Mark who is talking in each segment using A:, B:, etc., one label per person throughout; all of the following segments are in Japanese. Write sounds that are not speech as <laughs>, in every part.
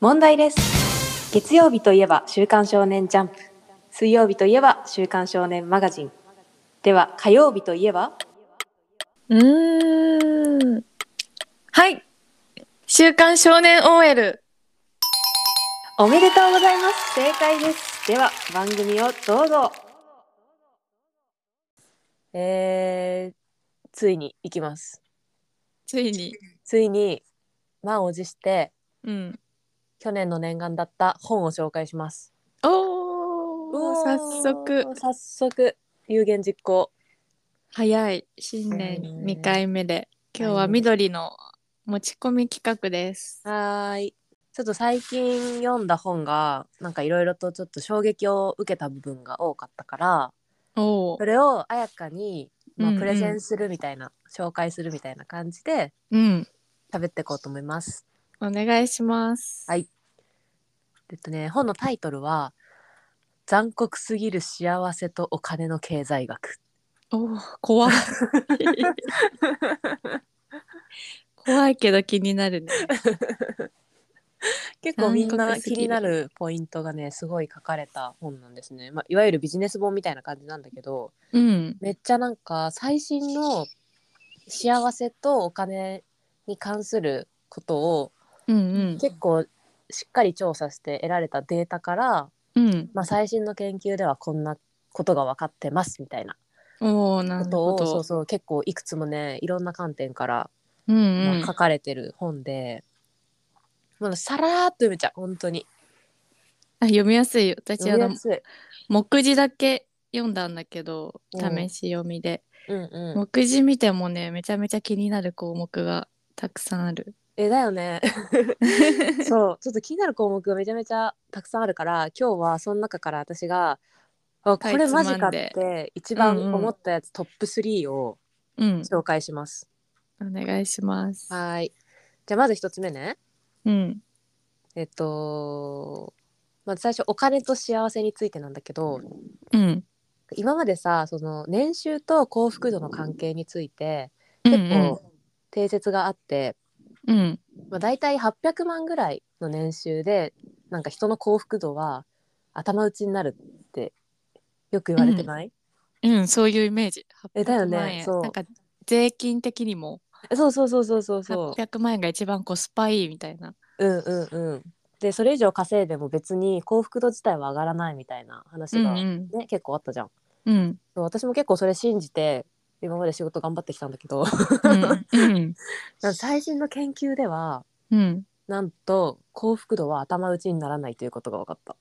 A: 問題です月曜日といえば「週刊少年ジャンプ」水曜日といえば「週刊少年マガジン」では火曜日といえば
B: うーん。はい。週刊少年 OL。
A: おめでとうございます正解ですでは番組をどうぞえー、ついに行きます
B: ついに。
A: ついに満を持して
B: うん。
A: 去年の念願だった本を紹介します
B: おー。早速。
A: 早速有言実行
B: 早い。新年
A: うん
B: 2回目で。今日は緑の持ち込み企画です。
A: はーいちょっと最近読んだ本がなんかいろいろとちょっと衝撃を受けた部分が多かったから
B: お
A: そ
B: ー。
A: れを彩香に、ま
B: う
A: あ、
B: んうん
A: プレゼンするみたいな、紹介するみたいな感じで
B: うん。
A: 喋っていこうと思います
B: お願いします。
A: はいえっとね本のタイトルは「残酷すぎる幸せとお金の経済学
B: おー、怖
A: <laughs>
B: い。怖いけど気になるね。」
A: 結構みん
B: 残
A: な
B: 酷す
A: 気
B: ぎる
A: になるポイントがねすごい書かれた本なんですね、まあ、いわゆるビジネス本みたいな感じなんだけど
B: うん。
A: めっちゃなんか最新の幸せとお金に関することを
B: うん
A: 結構しっかり調査して得られたデータから、
B: うん。うん。
A: まあ、最新の研究ではこんなことが分かってますみたいな
B: おー、な
A: こ
B: る
A: と
B: ほ
A: を
B: ど。
A: そうそう結構いくつもねいろんな観点から、
B: うん
A: まあ
B: うん
A: 書。かれてる本で、もうさらーっと読めちゃう本当に
B: あ読みやすいよ。私あ
A: 読み
B: の
A: やすい。
B: 目次だけ読んだんだけど
A: うん
B: 試し読みで、
A: うんうん、
B: 目次見てもねめちゃめちゃ気になる項目がたくさんある。
A: えだよ
B: <laughs>
A: ねそうちょっと気になる項目がめちゃめちゃたくさんあるから今日はその中から私が「あこ
B: はい
A: れマジ
B: つ
A: か」
B: ま
A: っ
B: んで
A: て一
B: うんう
A: 番
B: ん
A: 思ったやつ、トップ3を
B: うん、
A: 紹介します。
B: お願いします。
A: はーいじゃあまず一つ目ね
B: うん、
A: えっとまず最初お金と幸せについてなんだけど
B: うん、
A: 今までさその年収と幸福度の関係について
B: うん
A: 結構定説があって。
B: うん、うん、
A: まあ、大体800万ぐらいの年収でなんか人の幸福度は頭打ちになるってよく言われてない、
B: うん、そういうイメージ。
A: えだよね
B: 800万円
A: そう
B: なんか税金的にも
A: えそうそうそうそうそうそ
B: 800万円が一番コスパいいみたいな。
A: ううんうんうんでそれ以上稼いでも別に幸福度自体は上がらないみたいな話
B: うん、
A: が、
B: う
A: ね
B: ん、
A: 結構あったじゃん
B: うん、
A: そう私も結構それ信じて今まで仕事頑張ってきたんだけ
B: <laughs>
A: ど
B: うん、うん、
A: なんか最新の研究では
B: うん。
A: なんと幸福度は頭打ちにならないということが分かった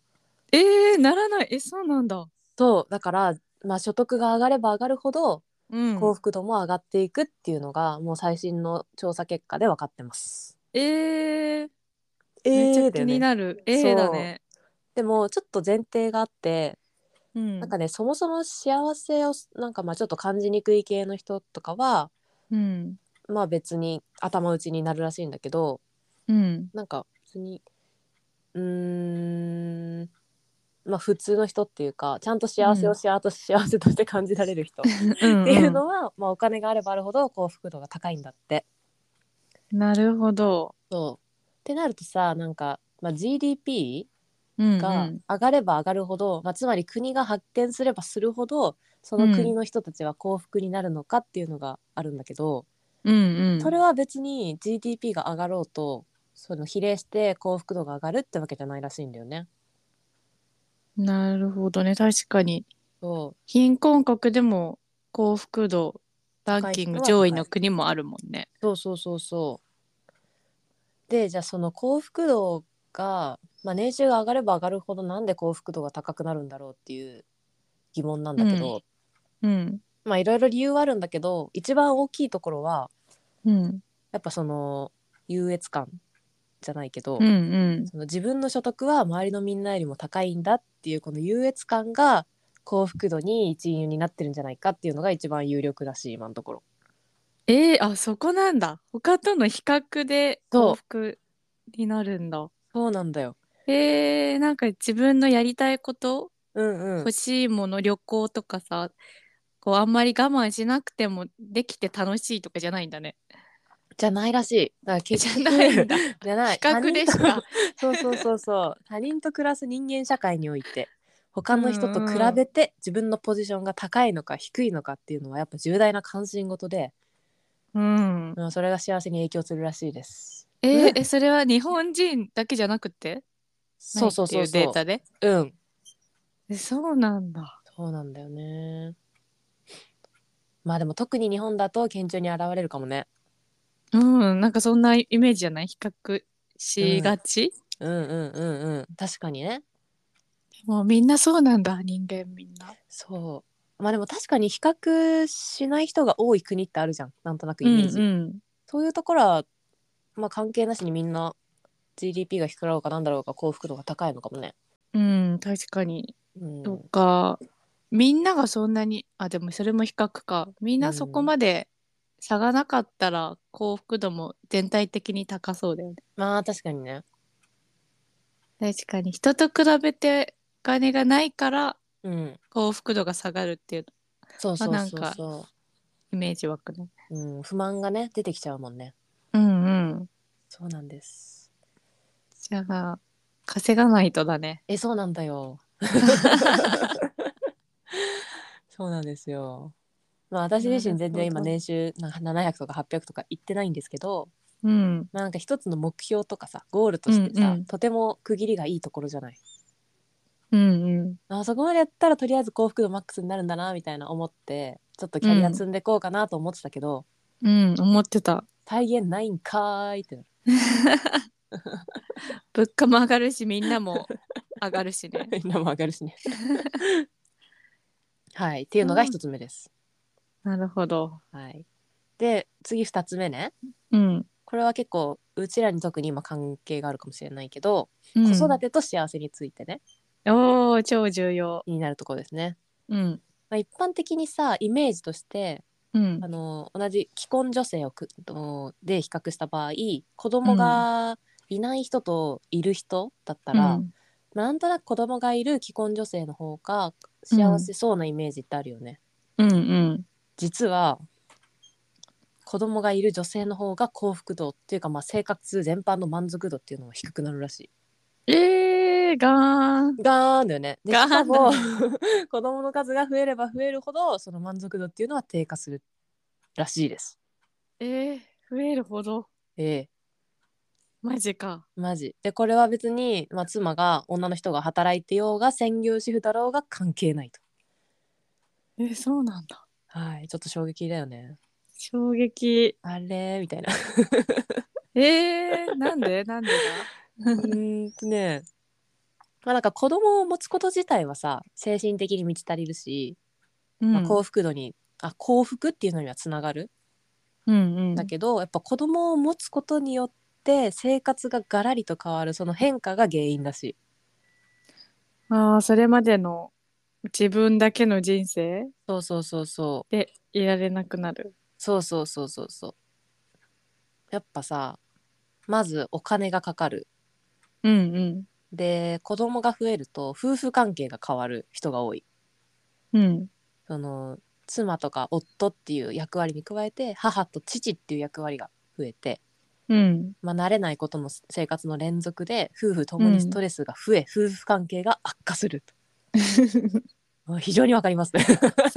B: えー、ならない。え、そうなんだ。
A: そうだから、まあ、所得が上がれば上がるほど
B: うん。
A: 幸福度も上がっていくっていうのがもう最新の調査結果で分かってます。
B: えー、
A: え
B: めっちゃ
A: だ
B: 気
A: よ
B: に
A: ね、
B: なる。ええー、だね。
A: でもちょっと前提があって、
B: うん
A: なんかねそもそも幸せをなんかまあちょっと感じにくい系の人とかは
B: うん
A: まあ別に頭打ちになるらしいんだけど
B: うん
A: なんか別にうーんまあ普通の人っていうかちゃんと幸せ
B: う
A: を
B: ん
A: 幸せ幸せとして感じられる人っ
B: うん
A: ていうのは、まあお金があればあるほど幸福度が高いんだって。
B: なるほど、
A: そうってなるとさなんか、まあ、GDP
B: うん
A: が上がれば上がるほど、まあ、つまり国が発展すればするほどその国の人たちは幸福になるのかっていうのがあるんだけど、
B: うんうん、
A: それは別に GDP が上がろうとその比例して幸福度が上がるってわけじゃないらしいんだよね。
B: なるほどね確かに
A: そ
B: 貧困国でも幸福度ランキング上位の国もあるもんね。
A: うそうそうそうそう。でじゃあその幸福度が、まあ、年収が上がれば上がるほどなんで幸福度が高くなるんだろうっていう疑問なんだけど。
B: ううん
A: まあいろいろ理由はあるんだけど一番大きいところは
B: うん
A: やっぱその優越感じゃないけど、
B: うんうん
A: その自分の所得は周りのみんなよりも高いんだっていうこの優越感が幸福度に一因になってるんじゃないかっていうのが一番有力らしい今のところ。
B: えー、あそこなんだ他との比較で
A: そう
B: 幸福になるんだ。
A: そうなんだよ。
B: えー、なんか自分のやりたいこと、
A: うんう
B: 欲
A: ん。
B: しいもの旅行とかさこうあんまり我慢しなくてもできて楽しいとかじゃないんだね。
A: じゃないらしい。だから結局
B: じゃないんだ
A: じゃない
B: 比較でし
A: 他人と
B: か
A: <laughs> そうそうそうそう。他人と暮らす人間社会において他の人と比べて自分のポジションが高いのか低いのかっていうのはやっぱ重大な関心事で、
B: うん
A: うん、それが幸せに影響するらしいです。
B: <laughs> えーえそれは日本人だけじゃなくて
A: そうそうそう
B: ないってい
A: そう
B: データで
A: う。うん。
B: えそうなんだ
A: そうなんだよね。まあでも特に日本だと顕著に現れるかもね。
B: うんなんかそんなイメージじゃない比較しがち、
A: うんうんうんうん。確かにね。
B: もうみんなそうなんだ人間みんな
A: そう。まあでも確かに比較しない人が多い国ってあるじゃん。なんとなくイメージ。
B: うん
A: そういうところは、まあ、関係なしにみんな GDP が低くなろうかなんだろうか幸福度が高いのかもね。
B: うん、うん、確かに
A: うん、
B: とか、みんながそんなにあでもそれも比較かみんなそこまで差がなかったら幸福度も全体的に高そうだよね
A: まあ確かにね。
B: 確かに人と比べてお金がないから
A: うん、
B: 幸福度が下がるっていう
A: そうそう
B: まあ
A: そう
B: なん
A: そ
B: イメージ湧くね
A: う、うん。不満がね出てきちゃうもんね。
B: うんうん
A: そうなんです。
B: じゃあ稼がないとだね
A: えそうなんだよ。 <laughs> そうなんですよ。 <laughs> まあ私自身全然今
B: なるほど
A: 年収なんか700とか800とか言ってないんですけど、
B: うん
A: まあ、なんか一つの目標とかさゴールとしてさ、
B: うんうん
A: とても区切りがいいところじゃない。
B: うんうん
A: あそこまでやったらとりあえず幸福度マックスになるんだなみたいな思ってちょっとキャリア積んでこうかなと思ってたけど、
B: うん思ってた
A: 体現ないんかーいって <laughs> なる
B: 物価も上がるしみんなも上がるしね
A: みんなも上がるしねはいっていうのが一つ目です、
B: <laughs> なるほど
A: はい、で次二つ目ね
B: うん、
A: これは結構うちらに特に今関係があるかもしれないけど、
B: うん
A: 子育てと幸せについてね
B: おー超重要
A: 気になるところですね、
B: うん
A: まあ、一般的にさイメージとして
B: うん
A: あの同じ既婚女性をくとで比較した場合子供がいない人といる人だったら、
B: うん
A: まあなんとなく子供がいる既婚女性の方が幸せそうなイメージってあるよね。
B: うんうん
A: 実は子供がいる女性の方が幸福度っていうか、まあ、生活全般の満足度っていうのが低くなるらし
B: えー、がーん
A: い。ガーンだよね。でし
B: ガーンだ
A: かも <laughs> 子供の数が増えれば増えるほどその満足度っていうのは低下するらしいです。
B: えー、増えるほど
A: ええ
B: マジか
A: マジでこれは別に、まあ、妻が女の人が働いてようが専業主婦だろうが関係ないと
B: えー、そうなんだ
A: はいちょっと衝撃だよね
B: 衝撃
A: あれみたいな
B: えー、なんでなんで <laughs> だ
A: うーんとねまあなんか子供を持つこと自体はさ精神的に満ち足りるし、
B: うん
A: まあ、幸福度にあ幸福っていうのにはつながる
B: うんうん
A: んだけど、やっぱ子供を持つことによって生活がガラリと変わるその変化が原因だし
B: ああそれまでの自分だけの人生
A: そうそうそうそう
B: でいられなくなる
A: そうそうそうそうそうやっぱさまずお金がかかる
B: うん
A: で子供が増えると夫婦関係が変わる人が多い
B: うんうん
A: その妻とか夫っていう役割に加えて母と父っていう役割が増えて、
B: うん
A: まあ、慣れないことの生活の連続で夫婦ともにストレスが増え、夫婦関係が悪化する
B: <laughs>
A: と非常にわかります <laughs> ね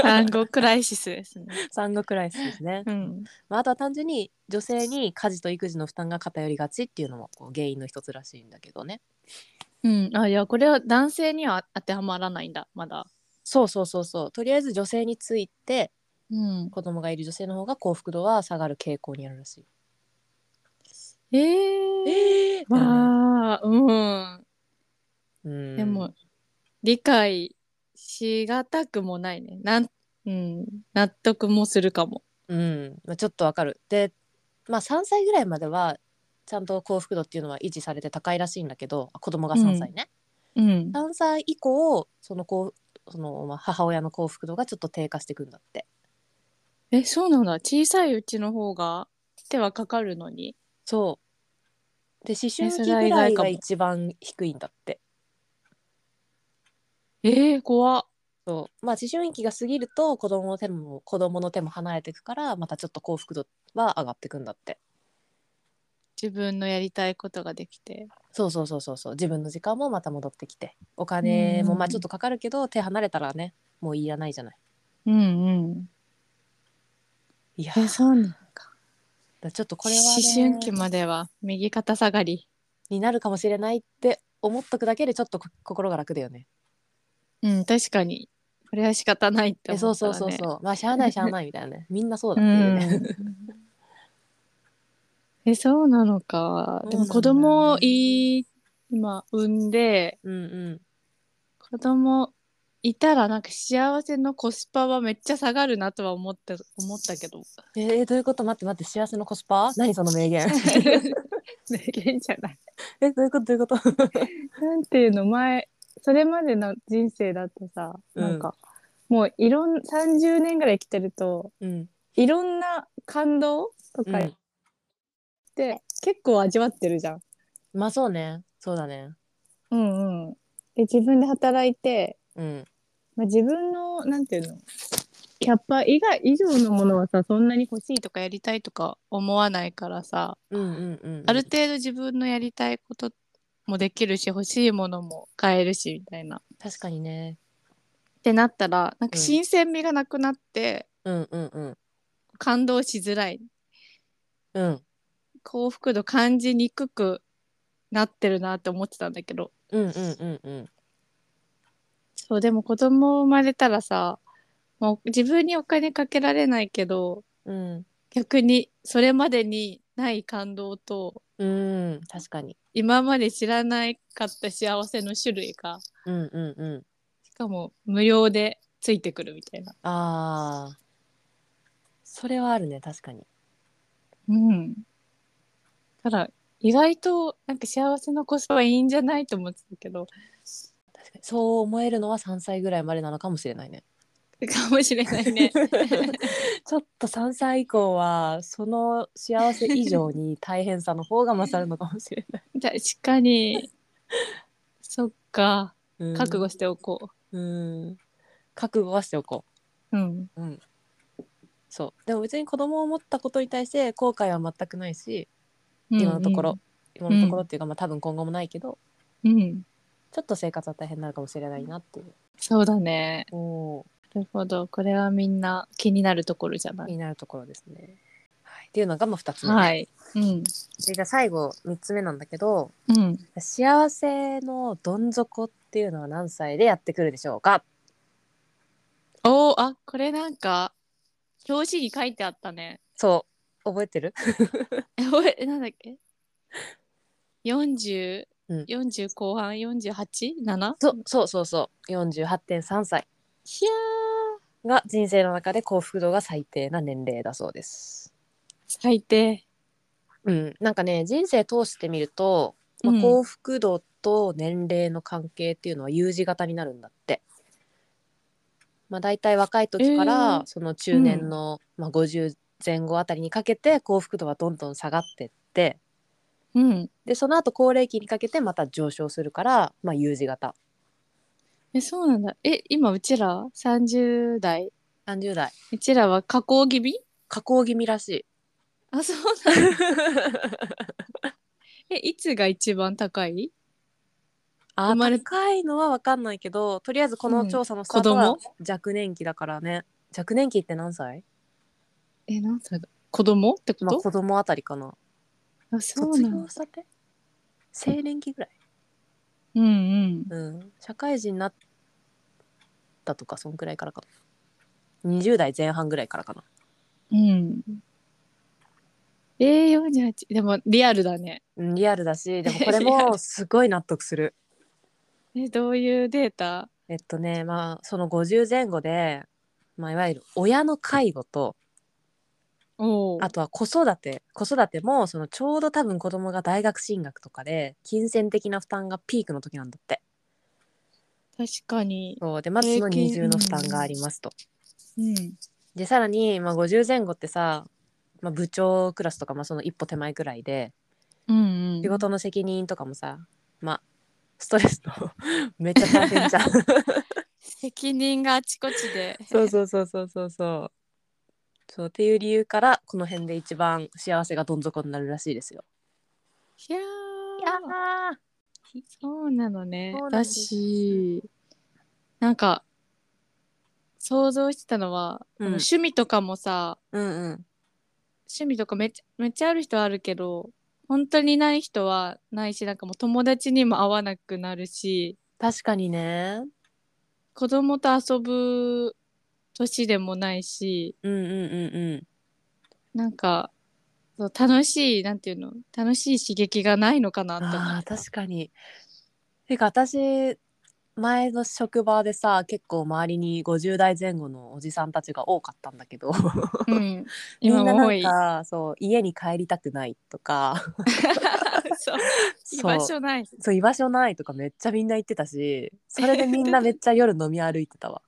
B: 産後クライシスですね
A: 産後クライシスですね、
B: <laughs> うん
A: まあ、あとは単純に女性に家事と育児の負担が偏りがちっていうのもこう原因の一つらしいんだけどね
B: うんあいやこれは男性には当てはまらないんだまだ
A: そうそうそうそうとりあえず女性について
B: うん
A: 子供がいる女性の方が幸福度は下がる傾向にあるらしい。
B: えー、
A: ええ
B: まあうん、
A: うん、
B: でも理解しがたくもないねなん、うん、納得もするかも
A: うん、まあ、ちょっとわかる。で、まあ、3歳ぐらいまではちゃんと幸福度っていうのは維持されて高いらしいんだけどあ子供が3歳ね、
B: うん
A: 3歳以降そのこうその、まあ、母親の幸福度がちょっと低下してくんだって
B: えそうなんだ小さいうちの方が手はかかるのに
A: そうで思春
B: そ
A: 期
B: れは
A: ぐ
B: 意外
A: らい
B: か
A: が
B: も
A: 一番低いんだって
B: えー、怖っ
A: そうまあ思春期が過ぎると子供の手も子供の手も離れていくからまたちょっと幸福度は上がってくんだって
B: 自分のやりたいことができて。
A: そうそうそうそうそう自分の時間もまた戻ってきてお金もまあちょっとかかるけど手離れたらねもういらないじゃない
B: うんうん。
A: いや
B: え、そうなんか。
A: だちょっとこ
B: こ
A: れ
B: れ
A: は、
B: は、
A: ね、
B: 思春期までは右肩下がり。
A: になるかもしれないって思っとくだけでちょっとこ心が楽だよね
B: うん、確かに。これは仕方ないっ
A: え
B: て思
A: そう
B: った
A: そ
B: ら、
A: う
B: ね。
A: そうそうまあしゃあないしゃあないみたいなねみんなそうだっていうね、
B: ん、 <laughs> えそうなのかでも子供をいい今産んで
A: うん、うん
B: 子供いたらなんか幸せのコスパはめっちゃ下がるなとは思った思ったけど <laughs>
A: えーどういうこと待って待って幸せのコスパ何その名言
B: 名言じゃない
A: えどういうことどういうこと
B: なんていうの前それまでの人生だとさなんか、もういろん30年ぐらい生きてると
A: うん
B: いろんな感動とかって、結構味わってるじゃん。
A: まあそうねそうだね
B: うんうん、で自分で働いて、
A: うん
B: まあ、自分のなんていうのキャッパ以外以上のものはさそんなに欲しいとかやりたいとか思わないからさ、
A: うんうんうんうん
B: ある程度自分のやりたいこともできるし欲しいものも買えるしみたいな。っ
A: 確かにね
B: てなったらなん
A: う
B: か
A: ん
B: 新鮮味がなくなって、
A: うんうんうん
B: 感動しづらい
A: うん
B: 幸福度感じにくくなってるなって思ってたんだけど
A: うんうんうんうん
B: そうでも子供生まれたらさもう自分にお金かけられないけど
A: うん
B: 逆にそれまでにない感動と
A: うん確かに
B: 今まで知らなかった幸せの種類が
A: うんうんうん
B: しかも無料でついてくるみたいな。
A: あーそれはあるね確かに
B: うん、ただ意外となんか幸せのコスパはいいんじゃないと思ってたけど <laughs>
A: 確かにそう思えるのは3歳ぐらいまでなのかもしれないね <laughs>
B: かもしれないね。
A: ちょっと3歳以降はその幸せ以上に大変さの方が勝るのかもしれない、
B: 確かにそっか
A: <laughs> うん
B: 覚悟しておこ
A: うん覚悟はしておこ
B: う。うん、
A: ううんそうでも別に子供を持ったことに対して後悔は全くないし今のところ、今のところっていうか、まあ多分今後もないけど
B: うん、うん、
A: ちょっと生活は大変になるかもしれないなっていう
B: そうだね。
A: おー
B: なるほどこれはみんな気になるところじゃない
A: 気。になるところですね。はい、っていうのがまあ2つ目、
B: はい。うん。
A: でじゃあ最後3つ目なんだけど
B: うん。
A: 幸せのどん底っていうのは何歳でやってくるでしょうか
B: おお、あ、これなんか、表紙に書いてあったね。
A: そう覚えてる
B: え、おえ、なんだっけ ?40、
A: うん
B: 40後半 48?7?
A: <laughs> そうそうそうそう48.3歳
B: ひゃー、
A: が人生の中で幸福度が最低な年齢だそうです。
B: 最低。
A: うん、なんかね人生通してみると、まあ
B: うん
A: 幸福度と年齢の関係っていうのは U 字型になるんだって。まあ、大体若い時から、
B: えー
A: その中年の、まあ、50前後あたりにかけて幸福度はどんどん下がってって
B: うん。
A: でその後高齢期にかけてまた上昇するから、まあ、U 字型
B: え、そうなんだ。え、今、うちら ?30 代
A: 30代
B: うちらは加工気味
A: 下降気味らし
B: <laughs>
A: い
B: あ、そうなんだ。え、いつが一番高い
A: あ
B: 生まれ
A: 高いのは分かんないけどとりあえずこの調査のスタート
B: うん
A: は
B: 子
A: 若年期だからね、若年期って何歳
B: え、何歳だ子供ってこ
A: まあ、
B: と、
A: 子供あたりかな
B: あ、そうな
A: 卒
B: ん
A: 業
B: だ。
A: さて青年期ぐらい、
B: うんうん。
A: うん、社会人になったとかそんくらいからかな20代前半ぐらいからかな
B: うん。えー、48。でも、リアルだね。
A: うんリアルだしでもこれ
B: <laughs>
A: もすごい納得する
B: え、どういうデータ
A: えっとねまあその50前後で、まあ、いわゆる親の介護と
B: お
A: あとは子育て子育てもそのちょうど多分子供が大学進学とかで金銭的な負担がピークの時なんだって
B: 確かに。
A: そうでまずその
B: 平均
A: 二重の負担がありますと
B: うん。
A: でさらに、まあ、50前後ってさ、まあ、部長クラスとか、まあ、その一歩手前くらいで
B: うん、うん。
A: 仕事の責任とかもさ、まあストレスと <laughs> めっちゃ大変じゃん
B: 責任があちこちで。
A: そうそうそうそうそうそうそうっていう理由からこの辺で一番幸せがどん底になるらしいですよ
B: いやーそうなのね
A: そうなん
B: だ
A: です
B: しなんか想像してたのは、
A: うん
B: あの趣味とかもさ
A: うんうん
B: 趣味とかめっちゃめっちゃある人はあるけど本当にない人はないしなんかもう友達にも会わなくなるし
A: 確かにね
B: 子供と遊ぶ年でもないし
A: うんうんうんう
B: なんかそう楽しいなんていうの楽しい刺激がないのかなっ
A: ん
B: て思
A: あ
B: っ
A: ー
B: た。
A: 確かにてか私前の職場でさ結構周りに50代前後のおじさんたちが多かったんだけど
B: うん、
A: みん
B: <laughs> 今
A: な
B: も
A: な
B: 多
A: ん
B: い。
A: かそう家に帰りたくないとか
B: <laughs> そう居
A: そう
B: 場所ない。
A: そう居場所ないとかめっちゃみんな言ってたしそれでみんなめっちゃ夜飲み歩いてたわ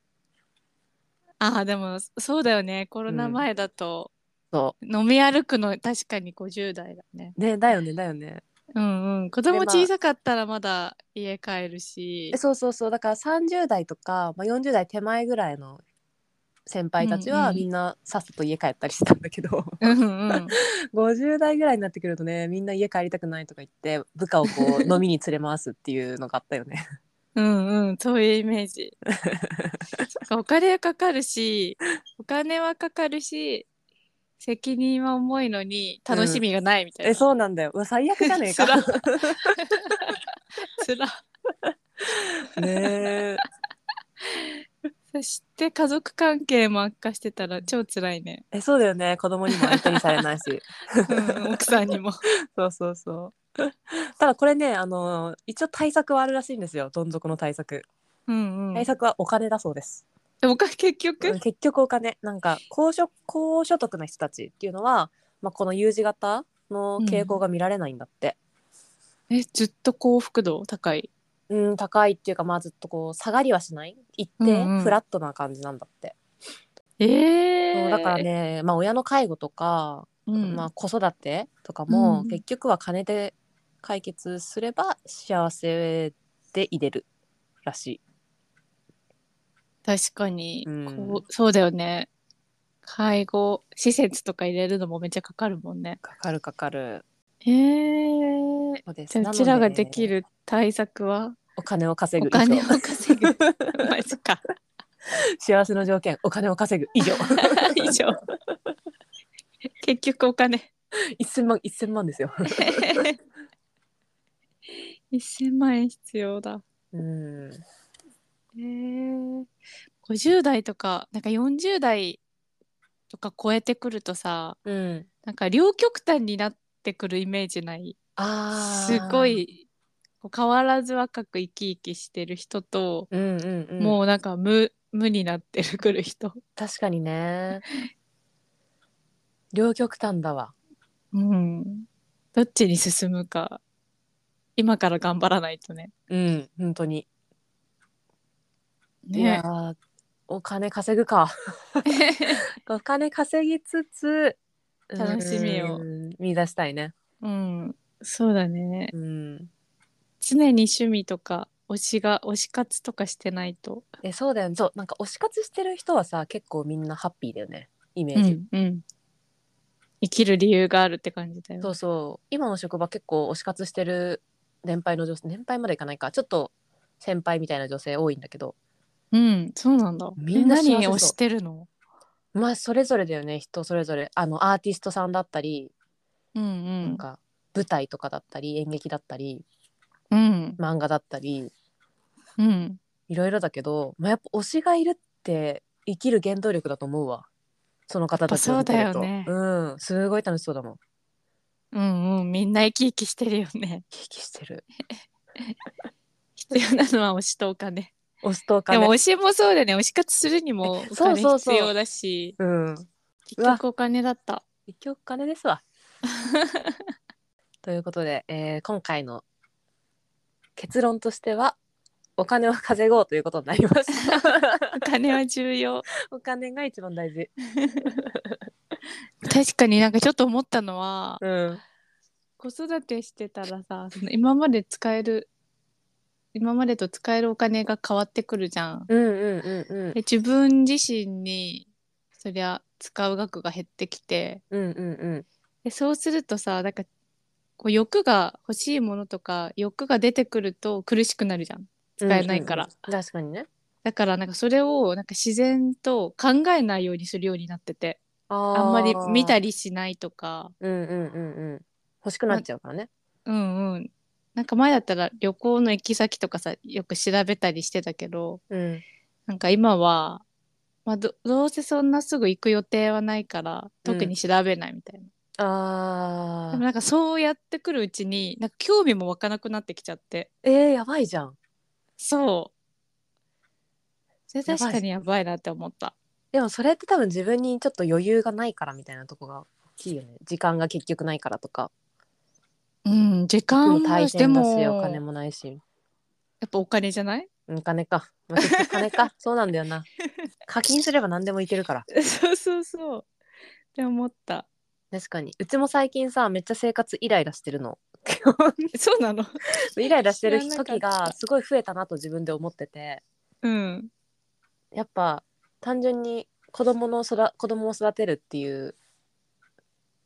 B: ああでもそうだよねコロナ前だと、
A: そ
B: 飲み歩くの確かに50代だね。
A: うねだよねだよね
B: うんうん子供
A: でまあ
B: 小さかったらまだ家帰るし
A: え。そうそうそうだから30代とか、まあ、40代手前ぐらいの先輩たち
B: うんう
A: は
B: ん
A: みんなさっさと家帰ったりしたんだけど、 <laughs>
B: うんうん、
A: 50代ぐらいになってくるとねみんな家帰りたくないとか言って部下をこう飲みに連れ回すっていうのがあったよ
B: <laughs>
A: ね。
B: うんうんそういうイメージそっかお金はかかるしお金はかかるし責任は重いのに楽しみがないみたいな、
A: えそうなんだようわ最悪じゃねえか。
B: <laughs> 辛
A: <laughs> ね
B: っつら
A: え
B: そして家族関係も悪化してたら超辛いね、
A: えそうだよね子供にも相手にされない
B: <laughs>
A: し
B: うん、奥さんにも
A: そうそうそう。ただこれねあの一応対策はあるらしいんですよどん底の対策。
B: うん、うん
A: 対、策はお金だそうです。
B: でもか結局、
A: うん結局お金なんか高所高所得な人たちっていうのは、まあ、この U 字型の傾向が見られないんだって、
B: えずっと幸福度高い
A: うん、高いっていうかまあずっとこう下がりはしない一
B: うんう
A: 定
B: ん
A: フラットな感じなんだって、
B: え
A: そ
B: え
A: うだから、ね、まあ、親の介護とか、
B: うん
A: まあ、子育てとかも、
B: うん
A: 結局は金で解決すれば幸せでいれるらし
B: 確かに、
A: うん
B: こうそうだよね介護施設とか入れるのもめっちゃかかるもんね
A: いかかるかかる
B: へえ
A: そうです
B: じゃあうちらができ
A: なので
B: る対策は
A: お金を稼ぐ
B: お
A: 以上
B: 金を稼ぐ <laughs> マジか
A: <laughs> 幸せの条件お金を稼ぐ以
B: <laughs>
A: 上
B: 以上結局お金 <laughs>
A: 1000万1000万ですよ
B: 1000万円必要だ
A: <laughs> うん、
B: へえ50代とかなんか40代とか超えてくるとさ
A: うん、
B: なんか両極端になってくるイメージない
A: あ
B: すご、いこう変わらず若く生き生きしてる人と、
A: うんうんうん、もう
B: もうなんか無無になってるくる人、
A: 確かにね <laughs> 両極端だわ
B: うん、どっちに進むか今から頑張らないとね。
A: うん本当に、いや
B: ね
A: ーお金稼ぐか <laughs> お金稼ぎつつ
B: 楽しみを
A: うん見出したいね
B: <laughs> うん、そうだね
A: うん
B: 常に趣味とか推しが推し活とかしてないと、
A: えそうだよねそうなんか推し活してる人はさ結構みんなハッピーだよねイメ
B: う
A: ージ、
B: んうん、生きる理由があるって感じだよ。
A: そうそう今の職場結構推し活してる年配の女性年配までいかないかちょっと先輩みたいな女性多いんだけど
B: うん、そうなんだ。
A: みんな
B: え
A: 幸せそう
B: 何推してるの？
A: まあそれぞれだよね人それぞれあのアーティストさんだったり、
B: う
A: なんんか舞台とかだったり演劇だったり
B: うんうん
A: 漫画だったり
B: うん。
A: いろいろだけど、まあ、やっぱ推しがいるって生きる原動力だと思うわその方たちを見てると
B: やっぱそうだよね
A: うんすごい楽しそうだもん
B: うんうん、みんな生き生きしてるよね。
A: 生き生きして
B: <laughs>
A: る
B: 必要なのは推しとお金。
A: 推しとお
B: <laughs> で
A: 金
B: も推しもそうだよね。推し活するに <laughs> も
A: え
B: お
A: そう
B: 金
A: そうそう
B: 必要だし、
A: うんう
B: 結
A: わ
B: 局お金だった。
A: 結局金ですわ。ということで、えー今回の結論としてはお金を稼ごうということになりました。
B: お金は重要。
A: お金が一番大事。
B: <laughs> 確かになんかちょっと思ったのは、
A: うん。
B: 子育てしてたらさ、その今まで使える、今までと使えるお金が変わってくるじゃん。
A: うんうんうんうん
B: で自分自身に、そりゃ使う額が減ってきて、
A: うんうんうん
B: でそうするとさなんかこう欲が欲しいものとか欲が出てくると苦しくなるじゃん。
A: 使
B: えないから
A: 確かにね
B: だからなんかそれをなんか自然と考えないようにするようになってて
A: あー
B: あんまり見たりしないとか
A: うんうんうんうん欲しくなっちゃうからね、
B: うんうんなんか前だったら旅行の行き先とかさよく調べたりしてたけど
A: うん
B: なんか今は、まあ、どどうせそんなすぐ行く予定はないから特に調べないみたいな、
A: あ
B: でも
A: ー
B: なんかそうやってくるうちになんか興味も湧かなくなってきちゃって
A: えー、やばいじゃん
B: そうそれ
A: やばい
B: 確かにやばいなって思った
A: でもそれって多分自分にちょっと余裕がないからみたいなとこが大きいよね時間が結局ないからとか
B: うん時
A: で
B: 間
A: も
B: も
A: 大
B: して
A: 変だ
B: も
A: しお金
B: や
A: もないし
B: っぱお金じゃない <laughs>
A: うん金か、まあ、結局金かそうなんだよな課金すれば何でもいけるから
B: そうそうそうって思った
A: 確かにうちも最近さめっちゃ生活イライラしてるの
B: そうなの
A: イライラしてる
B: 知らなかった
A: 時がすごい増えたなと自分で思ってて
B: うん
A: やっぱ単純に子供の育子供を育てるっていう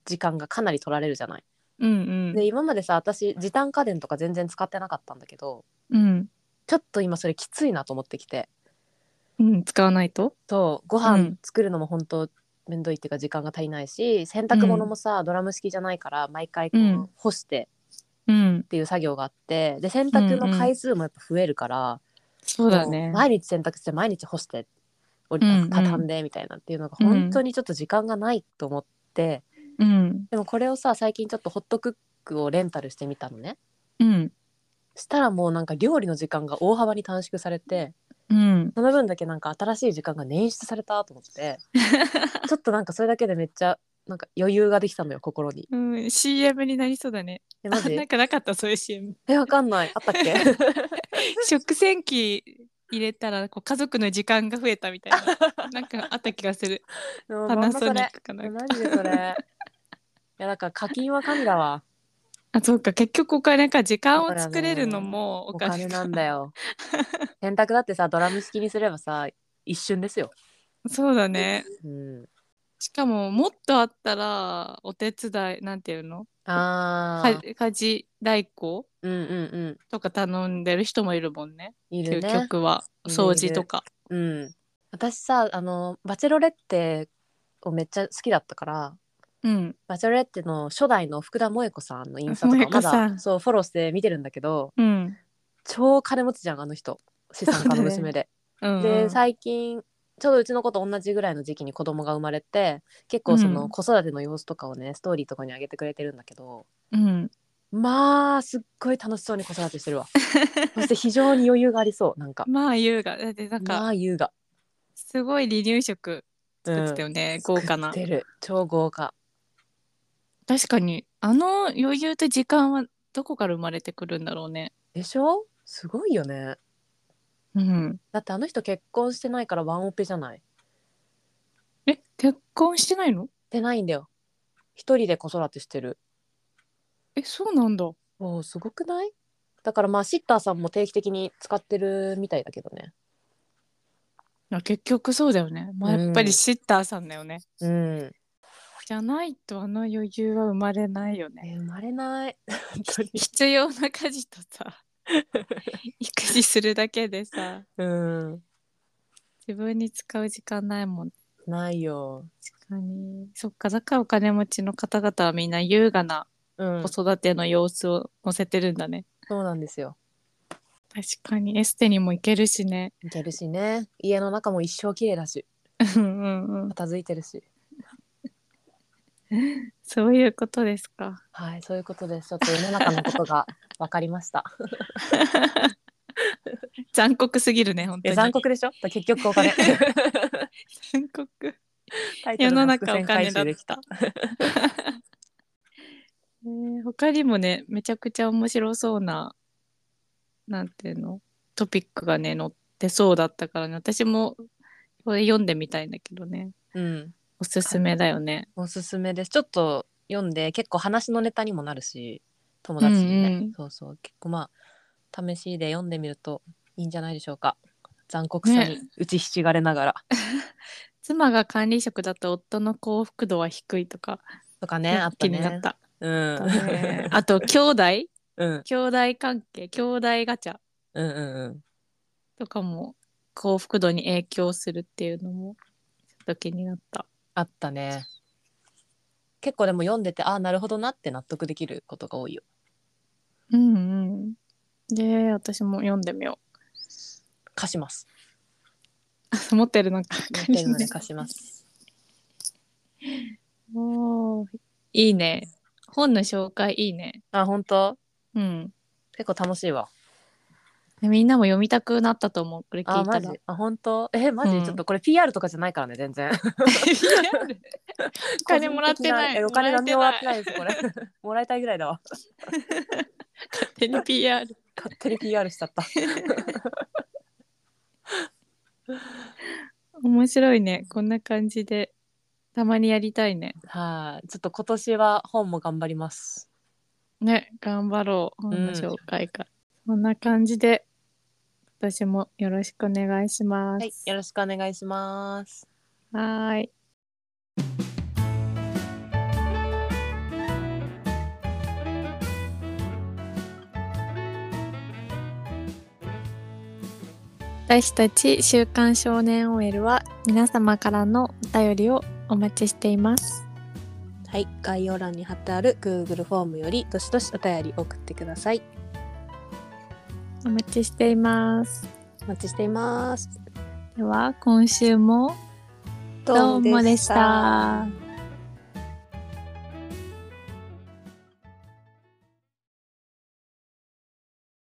A: 時間がかなり取られるじゃない。
B: うん
A: で今までさ私時短家電とか全然使ってなかったんだけど
B: うんうん
A: ちょっと今それきついなと思ってきて
B: うん使わないと
A: とご
B: う
A: 飯
B: ん
A: 作るのも本当面倒いっていうか時間が足りないし洗濯物もさ、ドラム式じゃないから毎回こう、
B: うん
A: 干して
B: うん
A: っていう作業があってで洗濯の回数もやっぱ増えるから、
B: そうだね
A: 毎日洗濯して毎日干して折
B: うんう
A: り
B: ん
A: 畳んでみたいなっていうのが本当にちょっと時間がないと思って、
B: うん
A: でもこれをさ最近ちょっとホットクックをレンタルしてみたのね
B: うん
A: したらもうなんか料理の時間が大幅に短縮されて
B: うん
A: その分だけなんか新しい時間が捻出されたと思って
B: <laughs>
A: ちょっとなんかそれだけでめっちゃなんか余裕ができたのよ心に。
B: うん、CM になりそうだね。
A: えマ
B: あ
A: ジ
B: なんかなかったそういう CM。
A: えわかんないあったっ
B: <laughs>
A: け
B: 食洗機入れたらこう家族の時間が増えたみたいな
A: <laughs>
B: なんかあった気がする
A: うん
B: パ
A: ま
B: ナ
A: んま
B: ソ
A: そ
B: ニッ
A: れ
B: クかなんか
A: マジでそれいやだから課金は神だわ
B: あそうか結局お金か時間を作れるのもお
A: お
B: 金
A: 金なん
B: か
A: だよ洗濯だってさドラム式にすればさ一瞬ですよ、
B: そうだね
A: うん、
B: しかももっとあったらお手伝いなんていうの
A: あ
B: か
A: ー
B: 家事代行
A: うんうんう
B: とか頼んでる人もいるもんね
A: んいる
B: 究
A: ね、
B: 極は、
A: いるいる
B: 掃除とか
A: うん、私さあのバチェロレッテをめっちゃ好きだったから
B: うん
A: バチェロレッテの初代の福田萌子さんのインスタと
B: 萌
A: か
B: 子
A: ま
B: さ
A: だ
B: ん
A: そうフォローして見てるんだけど
B: うん
A: 超金持ちじゃんあの人資産家の娘で。
B: うん
A: で最近ちょうどうちの子と同じぐらいの時期に子供が生まれて結構そうの
B: ん
A: 子育ての様子とかをね、ストーリーとかに上げてくれてるんだけど
B: うん
A: まあすっごい楽しそうに子育てしてる
B: <laughs>
A: わそして非常に余裕がありそうなんか
B: まあ優雅だってなんか、
A: まあ優雅
B: すごい離乳食作ってた
A: う
B: よ
A: ん
B: ね、豪華な
A: 作ってる超豪華
B: 確かにあの余裕と時間はどこから生まれてくるんだろうね
A: でしょすごいよね
B: うん
A: だってあの人結婚してないからワンオペじゃないし
B: え結婚してないの
A: てないんだよ一人で子育てしてる
B: えそうなんだ
A: おーすごくないだからまあシッターさんも定期的に使ってるみたいだけどね
B: あ結局そうだよね、まあ、
A: うん
B: やっぱりシッターさんだよね、
A: うん
B: じゃないとあの余裕は生まれないよね
A: え生まれない本当に
B: 必要な家事とさ <laughs> 育児するだけでさ
A: うん
B: 自分に使う時間ないもん
A: ないよ
B: 確かにそっかだからお金持ちの方々はみんな優雅な
A: うん
B: 子育ての様子を載せてるんだね、
A: そうなんですよ
B: 確かにエステにも行けるしね。
A: いけるしね家の中も一生綺麗だし
B: うんうんうん
A: 片付いてるし
B: そういうことですか。
A: はいそういうことですちょっと世の中のこと <laughs> が分かりました
B: 残酷すぎるね本当
A: え
B: に。
A: 残酷でしょ結局お金
B: <laughs>
A: <laughs>
B: 残酷。
A: タイト
B: 世
A: ル
B: の
A: 伏
B: 中お
A: 線回
B: 金だ
A: 収
B: っ
A: でき
B: た。えー他にもねめちゃくちゃ面白そうななんていうのトピックがね載ってそうだったからね私もこれ読んでみたいんだけどね
A: うん
B: おすすめだよね。
A: おすすめですちょっと読んで結構話のネタにもなるし友達にね、
B: うんうん
A: そうそう結構まあ試しで読んでみるといいんじゃないでしょうか残酷さに
B: ね
A: 打ちひしがれながら、
B: 妻が管理職だと夫の幸福度は低いとか、
A: とかねあった
B: 気にな
A: ね
B: った。
A: うん
B: だねあと兄弟
A: <laughs> うん
B: 兄弟関係兄弟ガチャ
A: うんうん
B: とかも幸福度に影響するっていうのもちょっと気になった。
A: あったね結構でも読んでてああなるほどなって納得できることが多いよ
B: うんうん。で私も読んでみよ
A: 貸します
B: う。 <laughs> 持ってるなんか
A: 持ってるので貸します
B: おーいいね。本の紹介いいね。
A: あ本当
B: うん。
A: 結構楽しいわ
B: でみんなも読みたくなったと思う。これ聞
A: あ
B: いた
A: マジ
B: ら。
A: あ本当えマジ、
B: うん
A: ちょっとこれ PR とかじゃないからね全然
B: お <laughs> 金もらってない
A: 個人的えお金何にも
B: も
A: も
B: ら
A: ら
B: っ
A: ってて
B: な
A: ないいですこれ <laughs> もらいたいぐらいだわ
B: 勝手に PR。
A: 勝手に PR しちゃった
B: <laughs> 面白いね。こんな感じで。たまにやりたいね。
A: はい、ちょっと今年は本も頑張ります
B: ね、頑張ろう。本の紹介か。そんな感じで、私もよろしくお願いしま
A: はい
B: す。
A: よろしくお願いします
B: はーい。私たち週刊少年 OL は皆様からのお便りをお待ちしています。
C: はい、概要欄に貼ってある Google フォームよりどしどしお便り送ってください。
B: お待ちしています。
C: お待ちしています。
B: では今週もどうもでした。